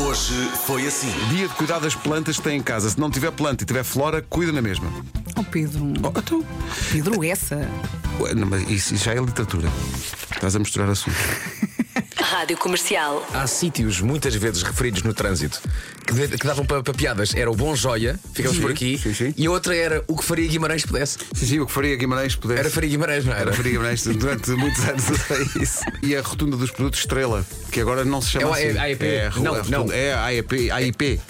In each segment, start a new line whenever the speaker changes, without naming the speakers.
Hoje foi assim.
Dia de cuidar das plantas que tem em casa. Se não tiver planta e tiver flora, cuida na mesma.
Oh, Pedro.
Oh, então.
Pedro, essa.
Ué, não, mas isso, isso já é literatura. Estás a misturar assuntos.
Rádio Comercial.
Há sítios muitas vezes referidos no trânsito que, de- que davam para, para piadas. Era o Bom Joia, ficamos por aqui.
sim, sim.
E a outra era o que faria Guimarães pudesse.
Sim, sim, o que faria Guimarães pudesse.
Era Faria Guimarães, não era?
Era Faria Guimarães durante muitos anos usei isso. E a rotunda dos produtos Estrela, que agora não se chama
É o
assim.
AEP.
É, a ru-
Não,
a rotunda-
não.
é a AEP. AIP.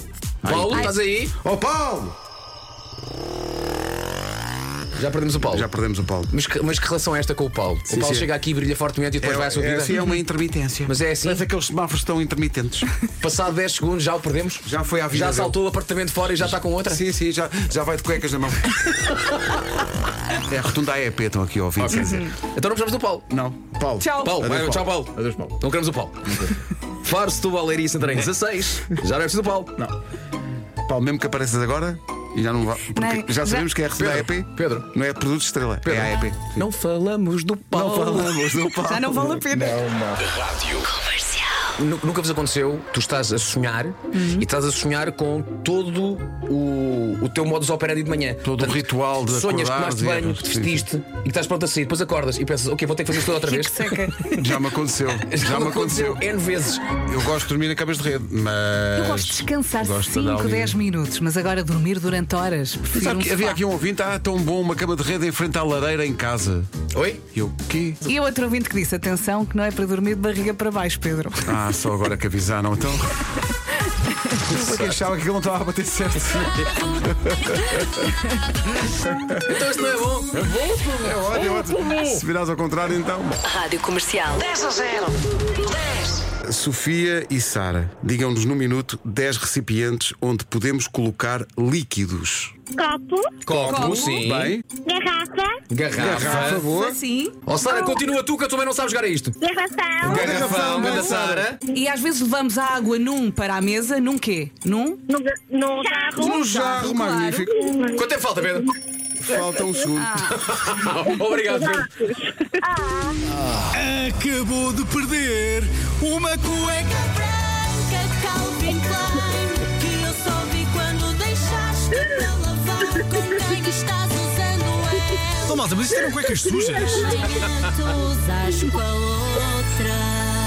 Paulo, estás aí?
Oh, Paulo!
Já perdemos o Paulo.
Já perdemos o Paulo.
Mas, que, mas que relação é esta com o Paulo? o Paulo
sim.
chega aqui, brilha fortemente e depois vai à sua
é,
vida.
assim, é uma intermitência.
Mas é assim.
Mas aqueles semáforos estão intermitentes.
Passado 10 segundos já o perdemos?
Já foi à vida.
Já
dele.
saltou o apartamento fora e já está com outra?
Sim, sim, já, já vai de cuecas na mão. é a rotunda AEP, estão aqui a ouvir. quer dizer.
Então não precisamos do Paulo.
Não. Paulo.
Tchau.
Paulo,
Adeus,
vai, tchau Paulo.
Adeus, Paulo.
Não queremos o Paulo. Faro, Setúbal, Leiria e Santarém 16. Já não é preciso do Paulo.
Paulo, mesmo que apareças agora e já não vai. Porque
Não,
já
já-
sabemos que é a rotunda
Pedro,
AEP.
Pedro.
Não é produto Estrela. É a AEP.
Não falamos do Paulo.
do Paulo.
Já não vale a pena.
Nu- Nunca vos aconteceu, tu estás a sonhar e estás a sonhar com todo o, o teu modus operandi de manhã.
Todo o ritual de é
Sonhas,
acordar,
tomaste
de-
banho, te
sim, sim.
vestiste e que estás pronto a sair, depois acordas e pensas, ok, vou ter que fazer isto toda
é
outra
é Que
vez.
seca.
Já me aconteceu. Já me aconteceu.
N vezes.
Eu gosto de dormir na cabeça de rede, mas.
Eu gosto de descansar
Gosto de dar
5,
ali-
10 minutos, mas agora dormir durante horas. Prefiro
Sabe
um
que havia
sofá.
aqui um ouvinte, ah, tão bom, uma cama de rede em frente à lareira em casa.
Oi?
E eu, quê?
E outro ouvinte que disse: atenção, que não é para dormir de barriga para baixo, Pedro.
Ah, só agora que avisaram, então. Eu que achava que ele não estava a bater certo.
Então isto não é bom.
É ótimo, ótimo. Se virares ao contrário, então.
Rádio Comercial.
Sofia e Sara, digam-nos num minuto 10 recipientes onde podemos colocar líquidos.
copo,
Copo, sim.
Bem,
garrafa,
Garrafa.
por favor.
Assim.
Ó Sara, continua tu que eu também não sabes jogar a isto.
garrafão,
Garrafão, da Sara.
E às vezes levamos a água num para a mesa, num quê? Num?
no, no jarro,
Um
jarro,
jarro
claro.
magnífico.
Quanto tempo falta, Pedro?
Falta um segundo.
Obrigado, Pedro.
Acabou de perder uma cueca.
branca Calvin Klein Que eu só vi quando deixaste para lavar Com quem estás usando
Então, malta, mas isto eram cuecas sujas.
ela Tu usas com a outra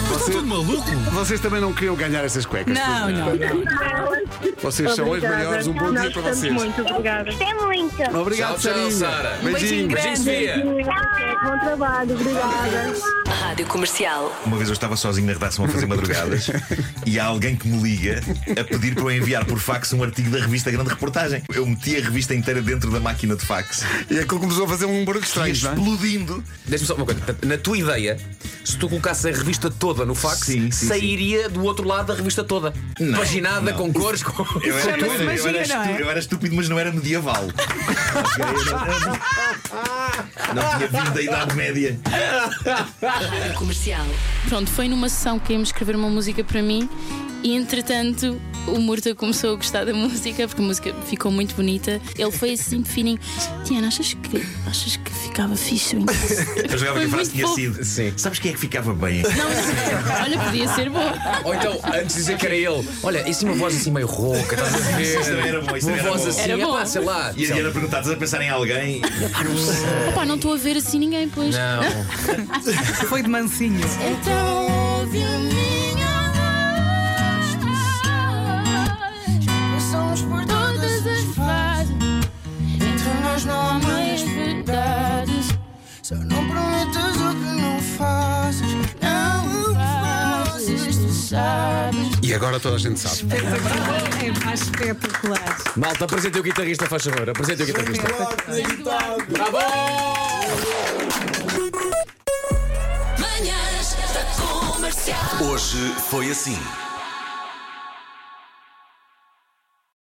Mas está tudo maluco.
Vocês também não queriam ganhar essas cuecas.
Não, não.
Vocês são as maiores, um bom dia para vocês.
obrigada. Gostei muito.
Obrigado,
Tchau,
Sarinha.
tchau, Sara.
Beijinho.
beijinho grande.
Beijinho, Sofia.
Bom trabalho, obrigada.
Rádio Comercial.
Uma vez eu estava sozinho na redação a fazer madrugadas e há alguém que me liga a pedir para eu enviar por fax um artigo da revista Grande Reportagem. Eu meti a revista inteira dentro da máquina de fax
E aquilo começou a fazer um barulho
e ia
estranho, não é?
explodindo.
Deixa-me só uma coisa. Portanto, Na tua ideia, se tu colocasses a revista toda no fax,
Sim, sim,
sairia do outro lado da revista toda. Paginada, com cores, com.
Eu era,
Chama-se
eu era
magia,
estu-
não é?
eu era estúpido, mas não era medieval. não tinha vindo da Idade Média.
Rádio Comercial.
Pronto, foi numa sessão que ia escrever uma música para mim e entretanto o Murta começou a gostar da música porque a música ficou muito bonita. Ele foi assim fininho. Tiana, achas que, achas que ficava fixe? em casa?"
Eu jogava
Foi
que a
muito
frase tinha
bom.
sido.
Sim.
Sabes quem é que ficava bem?
Não, mas, olha, podia ser bom.
Ou então, antes de dizer que era ele, olha, isso é uma voz assim meio rouca, estás a ver?
Isso também era bom, isso
uma
também era
voz
bom.
assim,
Era
epá,
bom.
sei lá.
E a Diana perguntar: estás a pensar em alguém?
Opa, não estou a ver assim ninguém, pois.
Não.
Foi de mansinho.
Então ouve a minha voz Passamos por todas as fases Entre nós não há meias verdades Só não prometas o que não fazes Não fazes, tu sabes
E agora toda a gente sabe.
É mais espetacular.
Malta, apresenta o guitarrista, faz favor. Apresenta o guitarrista. Tá bom!
Manhãs da comercial
Hoje foi assim.